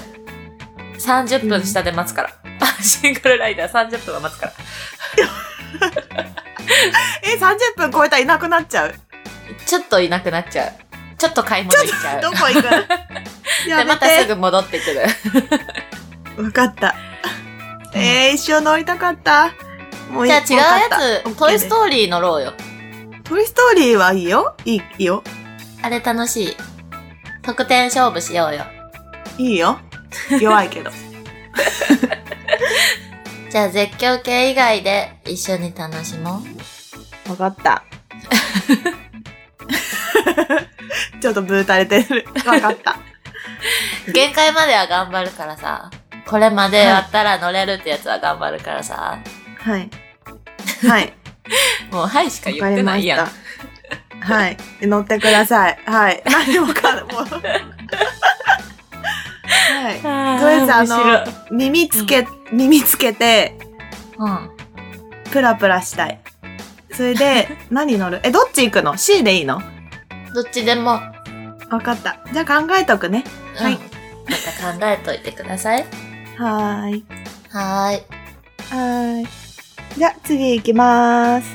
Speaker 1: 30分下で待つから。あ シングルライダー30分は待つから。
Speaker 2: え、30分超えたらいなくなっちゃう。
Speaker 1: ちょっといなくなっちゃう。ちょっと買い物行っちゃう。
Speaker 2: どこ行 くや
Speaker 1: で、
Speaker 2: め
Speaker 1: またす
Speaker 2: て。
Speaker 1: ぐ戻ってくる。
Speaker 2: わかった。えー、一生乗りたかった。もうい
Speaker 1: じゃあ
Speaker 2: わかっ
Speaker 1: 違うや
Speaker 2: た
Speaker 1: つ、トイスト
Speaker 2: OK
Speaker 1: ーリー乗ろうよ。
Speaker 2: ですトイストーリーはいいよ。いいいいよ。
Speaker 1: あれ楽しい。得点勝負しようよ。
Speaker 2: いいよ。弱いけど。
Speaker 1: じゃあ絶叫系以外で一緒に楽しもう。
Speaker 2: わかった。 ちょっとブー垂れてる。わかった。
Speaker 1: 限界までは頑張るからさ。これまでやったら乗れるってやつは頑張るからさ。
Speaker 2: はい。はい。
Speaker 1: もう、はいしか
Speaker 2: わ
Speaker 1: 言
Speaker 2: か
Speaker 1: って
Speaker 2: り
Speaker 1: な
Speaker 2: ま
Speaker 1: い
Speaker 2: し
Speaker 1: や
Speaker 2: た
Speaker 1: ん。。
Speaker 2: はい。乗ってください。はい。 何でもかんもう。はい。と
Speaker 1: と
Speaker 2: りあえずあの、耳つけ、耳つけて、
Speaker 1: うん。
Speaker 2: プラプラしたい。それ で、何乗るえ、どっち行くの ?C でいいの
Speaker 1: どっちでも、
Speaker 2: わかった。じゃあ考えとくね。
Speaker 1: は。
Speaker 2: はいい
Speaker 1: また考えといてください。
Speaker 2: はーい。
Speaker 1: はー
Speaker 2: は
Speaker 1: い。
Speaker 2: ーい。じゃあ次行きまーす。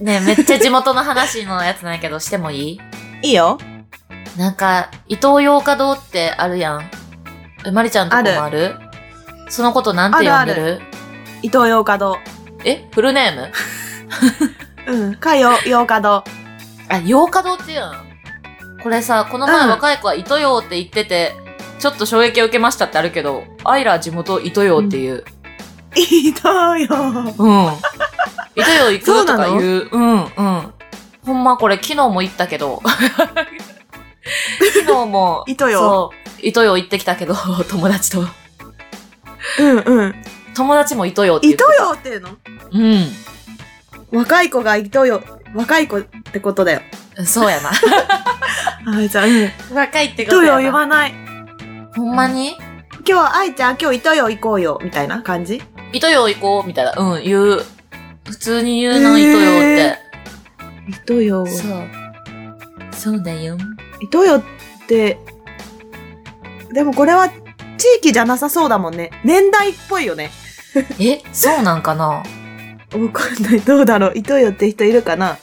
Speaker 1: ねえめっちゃ地元の話のやつなんやけど、してもいい
Speaker 2: いいよ。
Speaker 1: なんか、伊東洋華堂ってあるやん。え、まりちゃんとこもあるそのことなんて呼んでる
Speaker 2: あ伊藤洋華堂。
Speaker 1: えフルネーム
Speaker 2: うん。かよ、洋華堂。
Speaker 1: あ、洋華堂っていうのこれさ、この前
Speaker 2: うん
Speaker 1: 若い子は糸用って言ってて、ちょっと衝撃を受けましたってあるけど、アイラ地元糸用っていう。
Speaker 2: いたよ。
Speaker 1: うん。 糸用行く
Speaker 2: そう
Speaker 1: よと
Speaker 2: なの
Speaker 1: か言う。うん、うん。ほんまこれ昨日も行ったけど。 昨日も。
Speaker 2: 糸用
Speaker 1: そう。糸用行ってきたけど、 友達と。
Speaker 2: うんうん。
Speaker 1: 友達も糸用って言って
Speaker 2: 糸
Speaker 1: た。
Speaker 2: よっていうの若い子が糸よ。若い子ってことだよ。
Speaker 1: うん。そうやな。
Speaker 2: あいちゃん、うん。
Speaker 1: 若いってこ
Speaker 2: 糸
Speaker 1: と
Speaker 2: よ
Speaker 1: や
Speaker 2: 言
Speaker 1: な。
Speaker 2: わない。
Speaker 1: ほんまに
Speaker 2: 今日はあいちゃん、今日糸よ行こうよ、みたいな感じ
Speaker 1: 糸用行こうみたいな。うん、言う。普通に言うな、糸用って。
Speaker 2: 糸よ
Speaker 1: そう。そうだよ。
Speaker 2: 糸よって、でもこれは地域じゃなさそうだもんね。年代っぽいよね。
Speaker 1: え、そうなんかな
Speaker 2: わかんない。どうだろう。糸よって人いるかな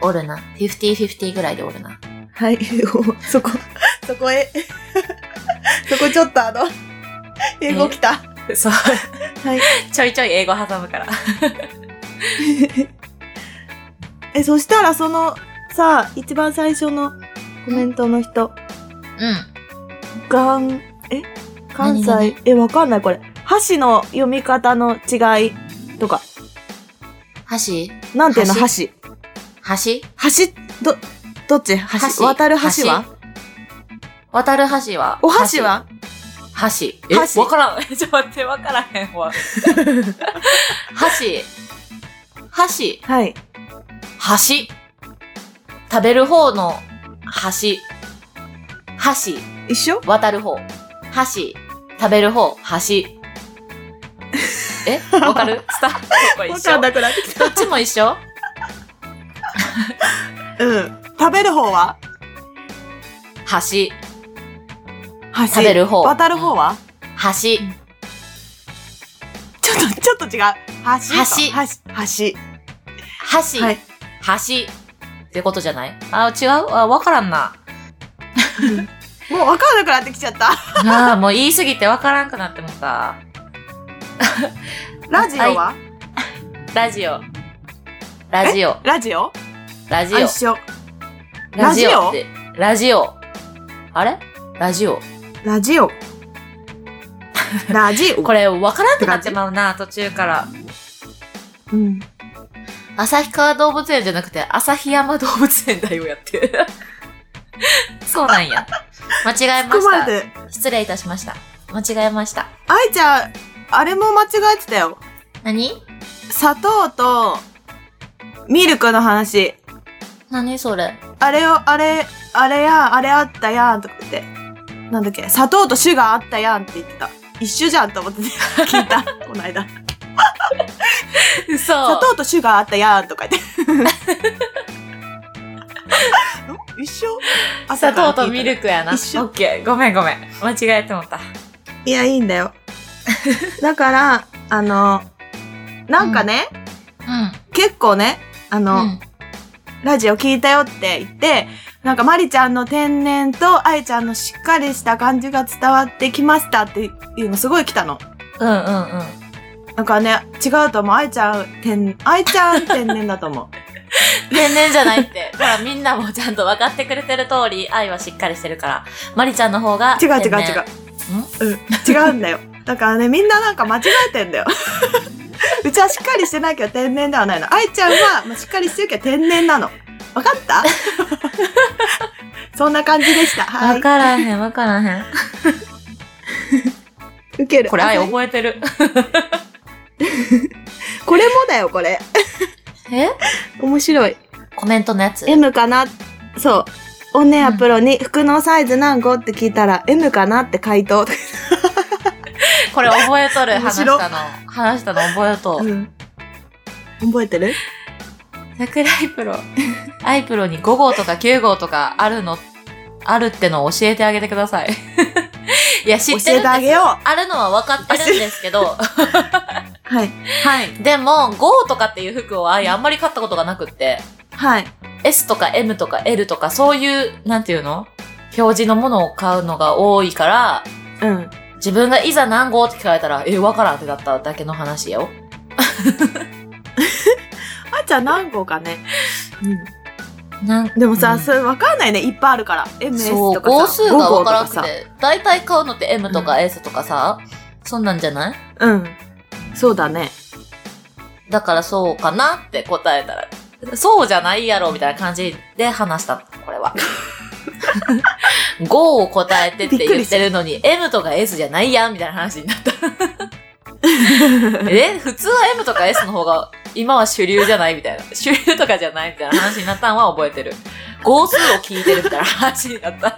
Speaker 1: おるな。50-50ぐらいでおるな。
Speaker 2: はい。 おそこ、そこ へ。そこちょっとあの、英語来た。
Speaker 1: そう。
Speaker 2: はい。
Speaker 1: ちょいちょい英語挟むから。
Speaker 2: え、そしたらその、さあ、一番最初のコメントの人、
Speaker 1: う
Speaker 2: がん、え関
Speaker 1: 何
Speaker 2: 西、え、わかんないこれ。箸の読み方の違いとか、
Speaker 1: ん。箸
Speaker 2: なんていうの
Speaker 1: 箸
Speaker 2: 箸。
Speaker 1: 箸
Speaker 2: 橋、ど、どっち橋渡る橋は
Speaker 1: 渡る橋は
Speaker 2: お箸は
Speaker 1: 箸。
Speaker 2: 箸
Speaker 1: えわからん。 ちょっと待って、わからへん わ。箸。箸。
Speaker 2: はい。
Speaker 1: 箸。食べる方の箸。箸。
Speaker 2: 一緒
Speaker 1: 渡る方。箸。食べる方。箸。えわ かるスタッフと
Speaker 2: わ
Speaker 1: 一
Speaker 2: か
Speaker 1: 緒
Speaker 2: ん
Speaker 1: どっ
Speaker 2: なくなってき
Speaker 1: ちも一緒
Speaker 2: た。うん。食べる方は
Speaker 1: 箸。
Speaker 2: 箸。
Speaker 1: 食べる方
Speaker 2: 渡る方は
Speaker 1: 箸。
Speaker 2: ちょっと、ちょっと違う。箸と。箸。
Speaker 1: 箸。
Speaker 2: 箸。はい。
Speaker 1: 箸。ってことじゃないあ、違うあ、わからんな。
Speaker 2: もうわかんなくなってきちゃった。
Speaker 1: ああ、もう言いすぎてわからんくなってもた。
Speaker 2: ラジオは
Speaker 1: ラジオ。ラジオ。
Speaker 2: ラジオ
Speaker 1: ラジ
Speaker 2: あ
Speaker 1: オ
Speaker 2: 一。緒。
Speaker 1: ラジオ
Speaker 2: ラジ
Speaker 1: って。ラジオ。あれラジオ。
Speaker 2: ラジオ。ラジオ。
Speaker 1: これ、わからんくなってまうな、途中から。
Speaker 2: うん。
Speaker 1: 旭川動物園じゃなくて、旭山動物園だよ、や って。そうなんや。間違えま
Speaker 2: 含ま
Speaker 1: し
Speaker 2: れて。
Speaker 1: た。失礼いたしました。間違えました。
Speaker 2: 愛ちゃん、あれも間違えてたよ。
Speaker 1: 何
Speaker 2: 砂糖と、ミルクの話。
Speaker 1: 何それ
Speaker 2: あれを、あれ、あれやん、あれあったやんとか言って。なんだっけ、砂糖とシュガーあったやんって言ってた。一緒じゃんと思 って、聞いた。この間。
Speaker 1: 嘘。
Speaker 2: 砂糖とシュガーあったやんとか言っ て。ん一緒
Speaker 1: 砂糖とミルクやな。
Speaker 2: 一緒
Speaker 1: オッケー。ごめんごめん。間違えてもった。
Speaker 2: いや、いいんだ よ。だから、あの、なんかね、
Speaker 1: う
Speaker 2: 結構ね、あの、
Speaker 1: うん。
Speaker 2: ラジオ聞いたよって言って、なんか、まりちゃんの天然と、あいちゃんのしっかりした感じが伝わってきましたっていうのすごい来たの。
Speaker 1: うんうんうん。
Speaker 2: なんかね、違うと思う。あいちゃん、天、あいちゃん天然だと思う。
Speaker 1: 天然じゃないって。 ほら、みんなもちゃんと分かってくれてる通り、愛はしっかりしてるから。まりちゃんの方が
Speaker 2: 違う
Speaker 1: 天然。
Speaker 2: 違う違う。うん、違うんだよ。だからね、みんななんか間違えてんだよ。 うちはしっかりしてないけど天然ではないの。あいちゃんは、まあ、しっかりしてるけど天然なの。わかった そんな感じでした。は
Speaker 1: 分
Speaker 2: い。
Speaker 1: からへん、分からへん。
Speaker 2: 受ける。
Speaker 1: これ愛
Speaker 2: あ
Speaker 1: 覚えてる。
Speaker 2: これもだよ、これ。
Speaker 1: え
Speaker 2: 面白い。
Speaker 1: コメントのやつ
Speaker 2: M かなそう。オネアプロに服のサイズ何個って聞いたら M かなって回答。
Speaker 1: これ覚えとる、
Speaker 2: 面
Speaker 1: 話し
Speaker 2: 白
Speaker 1: たの。話したの覚えと
Speaker 2: う
Speaker 1: う。
Speaker 2: ん。覚えてる
Speaker 1: 桜井プロ。愛プロに5号とか9号とかあるの、あるってのを教えてあげてください。 いや、知
Speaker 2: 教
Speaker 1: ってる
Speaker 2: え
Speaker 1: ん
Speaker 2: てあ
Speaker 1: です
Speaker 2: げよう。
Speaker 1: あるのは分かってるんですけど、
Speaker 2: はい。はい。
Speaker 1: でも、5とかっていう服を愛あんまり買ったことがなくって。
Speaker 2: はい。
Speaker 1: S とか M とか L とかそういう、なんていうの表示のものを買うのが多いから、
Speaker 2: うん。
Speaker 1: 自分がいざ何号って聞かれたら、え、わからんってだっただけの話よ。
Speaker 2: あーちゃん何個かね。うん。
Speaker 1: なん
Speaker 2: でもさ、
Speaker 1: うん
Speaker 2: それ分かんないねいっぱいあるから MS
Speaker 1: そう
Speaker 2: とかさ
Speaker 1: 号数が分からなく
Speaker 2: 5号と
Speaker 1: て大体買うのって M とか S とかさ、そんなんじゃない
Speaker 2: さうんそうだ ね
Speaker 1: だからそうかなって答えたらそうじゃないやろみたいな感じで話したのこ れは5を答えてって言ってるのに M とか S じゃないやんみたいな話になったえ普通は M とか S の方が今は主流じゃないみた いな主流とかじゃないみたいな話になったんは覚えてる号数を聞いてるみたいな話になった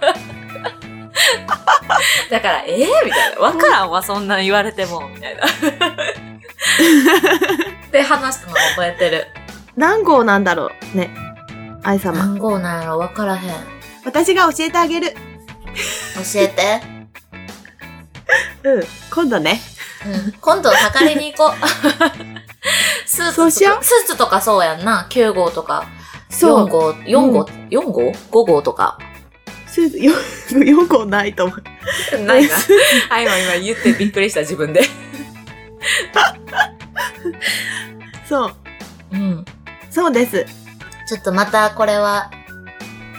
Speaker 1: だからえー、みたいなわからんわそんなん言われてもみた いなで話したのを覚えてる
Speaker 2: 何号なんだろうね愛様
Speaker 1: 何号なんやろ分からへん
Speaker 2: 私が教えてあげる
Speaker 1: 教えて、
Speaker 2: うん今度ね
Speaker 1: うん、今度測りに行 こうスーツとか
Speaker 2: そうしよ
Speaker 1: スーツとかそうやんな9号とか
Speaker 2: そう
Speaker 1: 4号4号、4号 ?5 号とか
Speaker 2: スーツよ4号 ないと思う
Speaker 1: ないなあ今今言ってびっくりした自分で
Speaker 2: そう
Speaker 1: うん
Speaker 2: そうです
Speaker 1: ちょっとまたこれは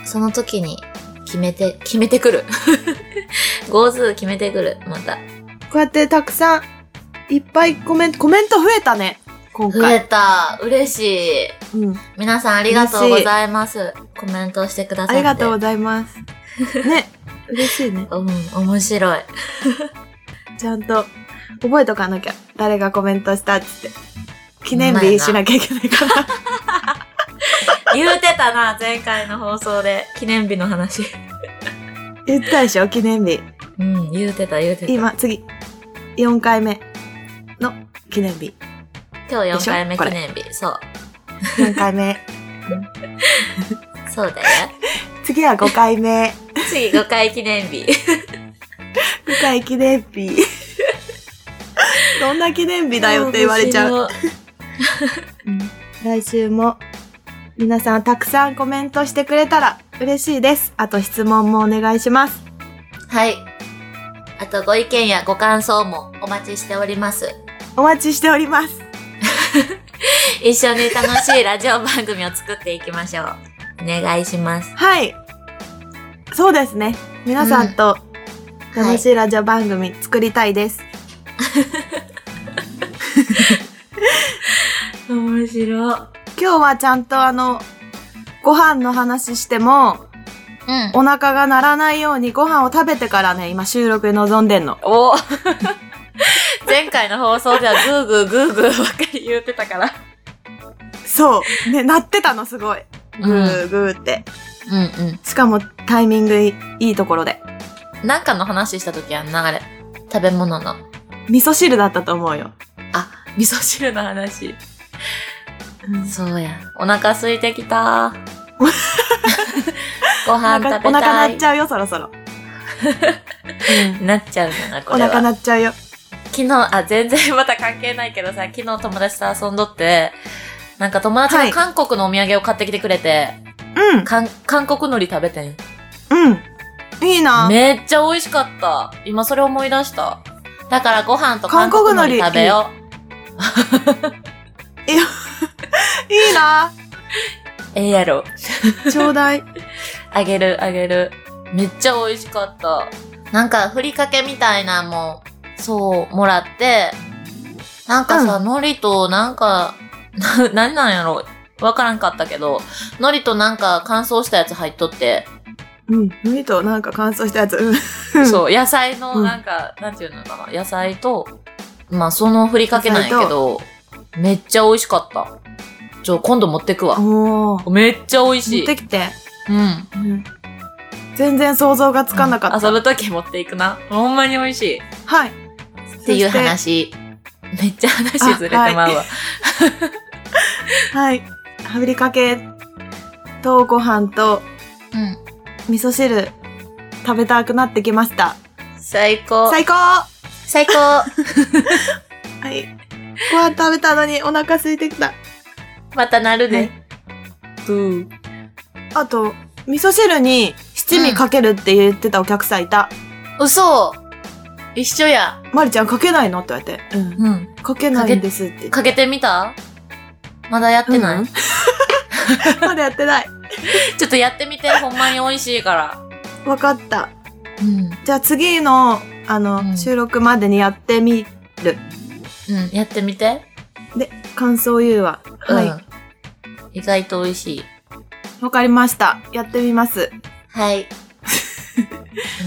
Speaker 1: その時に決めて決めてくる 号数決めてくるまた
Speaker 2: こうやってたくさんいっぱいコメントコメント増えたね今
Speaker 1: 増え
Speaker 2: 回、
Speaker 1: た嬉しい
Speaker 2: うん、
Speaker 1: 皆さんありがとうございますコメントしてくださ
Speaker 2: あ
Speaker 1: って
Speaker 2: りがとうござい ますね嬉しいね
Speaker 1: うん、面白い。
Speaker 2: ちゃんと覚えとかなきゃ。誰がコメントしたっつって。記念日しなきゃいけないから。
Speaker 1: 言うてたな、 前回の放送で。記念日の話。
Speaker 2: 言ったでしょ記念日。
Speaker 1: うん、言うてた、言うてた。今
Speaker 2: 今、次。4回目の記念日。
Speaker 1: 日4回目
Speaker 2: でしょこ
Speaker 1: 記
Speaker 2: れ
Speaker 1: 念日。そう。
Speaker 2: 4回 目。
Speaker 1: そうだよ。
Speaker 2: 次は5回目。
Speaker 1: 次5回記 念日。
Speaker 2: 5回記念日。 どんな記念日だよって言われちゃう。
Speaker 1: 面白い。
Speaker 2: うん来週も皆さんたくさんコメントしてくれたら嬉しいです。あと質問もお願いします。
Speaker 1: はい。あと、ご意見やご感想もお待ちしております。
Speaker 2: お待ちしております。
Speaker 1: 一緒に楽しいラジオ番組を作っていきましょう。お願いします。
Speaker 2: はい。そうですね。皆さんと
Speaker 1: うん
Speaker 2: 楽しいラジオ番組作りたいです。
Speaker 1: 面白い。
Speaker 2: 今日はちゃんとあの、ご飯の話しても、
Speaker 1: うん。
Speaker 2: お腹が鳴らないようにご飯を食べてからね、今収録に臨んでんの。
Speaker 1: お 前回の放送ではグーグーグーグーばっかり言うてたから。
Speaker 2: そう。ね、鳴ってたのすごい。
Speaker 1: うん
Speaker 2: グーグーって。
Speaker 1: うんうん。
Speaker 2: しかもタイミングいいいところで。
Speaker 1: なんかの話した時やんな、あれ。食べ物の。
Speaker 2: 味噌汁だったと思うよ。
Speaker 1: あ、味噌汁の話。
Speaker 2: うん
Speaker 1: そうや。お腹空いてき た。ご
Speaker 2: お
Speaker 1: 飯
Speaker 2: 腹
Speaker 1: 食べ
Speaker 2: お
Speaker 1: た
Speaker 2: 腹
Speaker 1: い。
Speaker 2: 鳴っちゃうよ、そろそろ。うん
Speaker 1: なっちゃうのな、こ
Speaker 2: お
Speaker 1: れ
Speaker 2: 腹
Speaker 1: は。
Speaker 2: 鳴っちゃうよ。
Speaker 1: 昨日、あ、全然 また関係ないけどさ、昨日友達と遊んどって、なんか友達
Speaker 2: は
Speaker 1: が
Speaker 2: い
Speaker 1: 韓国のお土産を買ってきてくれて、かん韓国海苔食べてん。
Speaker 2: うん。うん。いいな。
Speaker 1: めっちゃ美味しかった。今それ思い出した。だからご飯と韓
Speaker 2: 韓
Speaker 1: 国
Speaker 2: 国
Speaker 1: 海
Speaker 2: 海苔
Speaker 1: 苔食べよう。
Speaker 2: いいな。
Speaker 1: ええやろ。
Speaker 2: ちょうだい。
Speaker 1: あげる、あげる。めっちゃ美味しかった。なんか、ふりかけみたいなもん、そう、もらって、なんかさ、
Speaker 2: う
Speaker 1: 海苔と、なんか、 な、何なんやろ。わからんかったけど、海苔となんか乾燥したやつ入っとって、
Speaker 2: うん。海となんか乾燥したやつ。うん。うん
Speaker 1: そう、野菜の、
Speaker 2: うん
Speaker 1: なんか、なんていうのかな、野菜と、まあ、そのふりかけなんやけど、めっちゃ美味しかった。ちょ、今度持ってくわ。
Speaker 2: おー。
Speaker 1: めっちゃ美味し
Speaker 2: 持
Speaker 1: い。
Speaker 2: ってきて。
Speaker 1: うん。
Speaker 2: うん。全然想像がつかなかった。
Speaker 1: 遊ぶとき持っていくな。ほんまに美味しい。
Speaker 2: はい。
Speaker 1: っていう話。めっちゃ話ずれてまうわ。
Speaker 2: あはい。ふりかけとご飯と
Speaker 1: うん。
Speaker 2: 味噌汁食べたくなってきました。
Speaker 1: 最高。
Speaker 2: 最高は
Speaker 1: 最高。
Speaker 2: い。ご飯食べたのにお腹空いてきた。
Speaker 1: またなる
Speaker 2: は
Speaker 1: ね。 うん。
Speaker 2: あと、味噌汁に七味かけるって言ってたお客さんいた。
Speaker 1: 嘘。一緒や。
Speaker 2: まりちゃんかけないのって言われて。うん。
Speaker 1: うん。
Speaker 2: かけないんですって。
Speaker 1: かけてみたまだやってない、
Speaker 2: うん まだやってない。
Speaker 1: ちょっとやってみて、ほんまに美味しいから。
Speaker 2: わかった。
Speaker 1: うん。
Speaker 2: じゃあ次の、あの、
Speaker 1: うん
Speaker 2: 収録までにやってみ、
Speaker 1: うん、やってみて。
Speaker 2: で、感想を言うわ。はい。わ、
Speaker 1: い。意外と美味しい。
Speaker 2: かりました。やってみます。
Speaker 1: はい。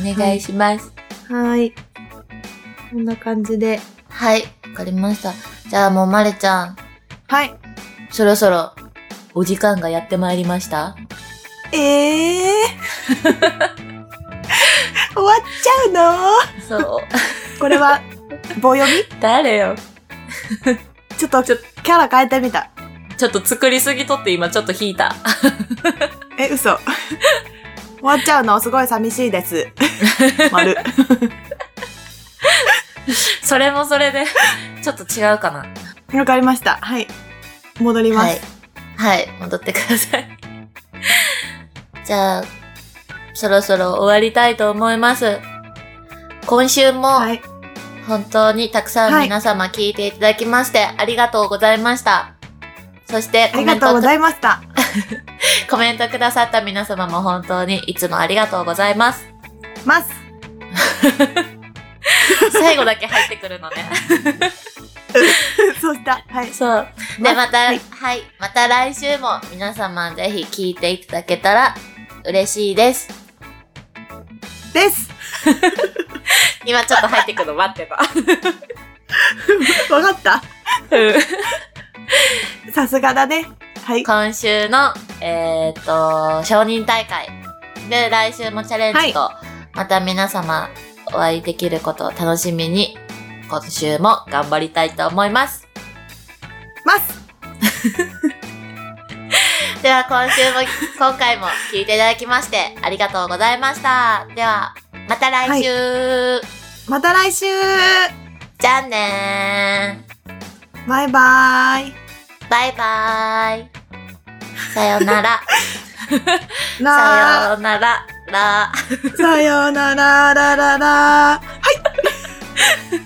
Speaker 1: お願いします。
Speaker 2: はい。こんな感じで。
Speaker 1: はい。わ、かりました。じゃあもうまれちゃん、
Speaker 2: はい。
Speaker 1: そろそろ、お時間がやってまいりました。
Speaker 2: ええー。終わっちゃう
Speaker 1: そう。
Speaker 2: のこれは、棒読み
Speaker 1: 誰よ。
Speaker 2: ちょっと、キャラ変えてみた。
Speaker 1: ちょっと作りすぎとって今ちょっと引いた。
Speaker 2: え、嘘。 終わっちゃうのすごい寂しいです。 丸。
Speaker 1: それもそれで、 ちょっと違うかな。
Speaker 2: わかりました。はい。戻ります。
Speaker 1: はい。はい、戻ってください。 じゃあ、そろそろ終わりたいと思います。今週も
Speaker 2: はい。
Speaker 1: 本当にたくさん皆様聞いていただきましてありがとうございました。そして
Speaker 2: あ
Speaker 1: コ
Speaker 2: り
Speaker 1: メ
Speaker 2: が
Speaker 1: ン
Speaker 2: とう
Speaker 1: ト
Speaker 2: ございました。
Speaker 1: コメントくださった皆様も本当にいつもありがとうござい ます。
Speaker 2: ます。
Speaker 1: 最後だけ入ってくるのね。
Speaker 2: そうした。はい。
Speaker 1: そう。
Speaker 2: ま
Speaker 1: で、また、
Speaker 2: は
Speaker 1: はいい、また来週も皆様ぜひ聞いていただけたら嬉しいです。
Speaker 2: です。
Speaker 1: 今ちょっと入ってくるの待ってた。
Speaker 2: わかったさすがだね。はい。
Speaker 1: 今週の、えっ、と、承認大会で来週もチャレンジと、また皆様お会いできることを楽しみに、今週も頑張りたいと思います。
Speaker 2: ます。
Speaker 1: では今週 も、今回も聞いていただきましてありがとうございました。では、また来週、
Speaker 2: また来週
Speaker 1: じゃあねー。
Speaker 2: バイバーイ
Speaker 1: バイバーイ。さよなら。さ
Speaker 2: な
Speaker 1: よなら。ら。
Speaker 2: さようなららららはい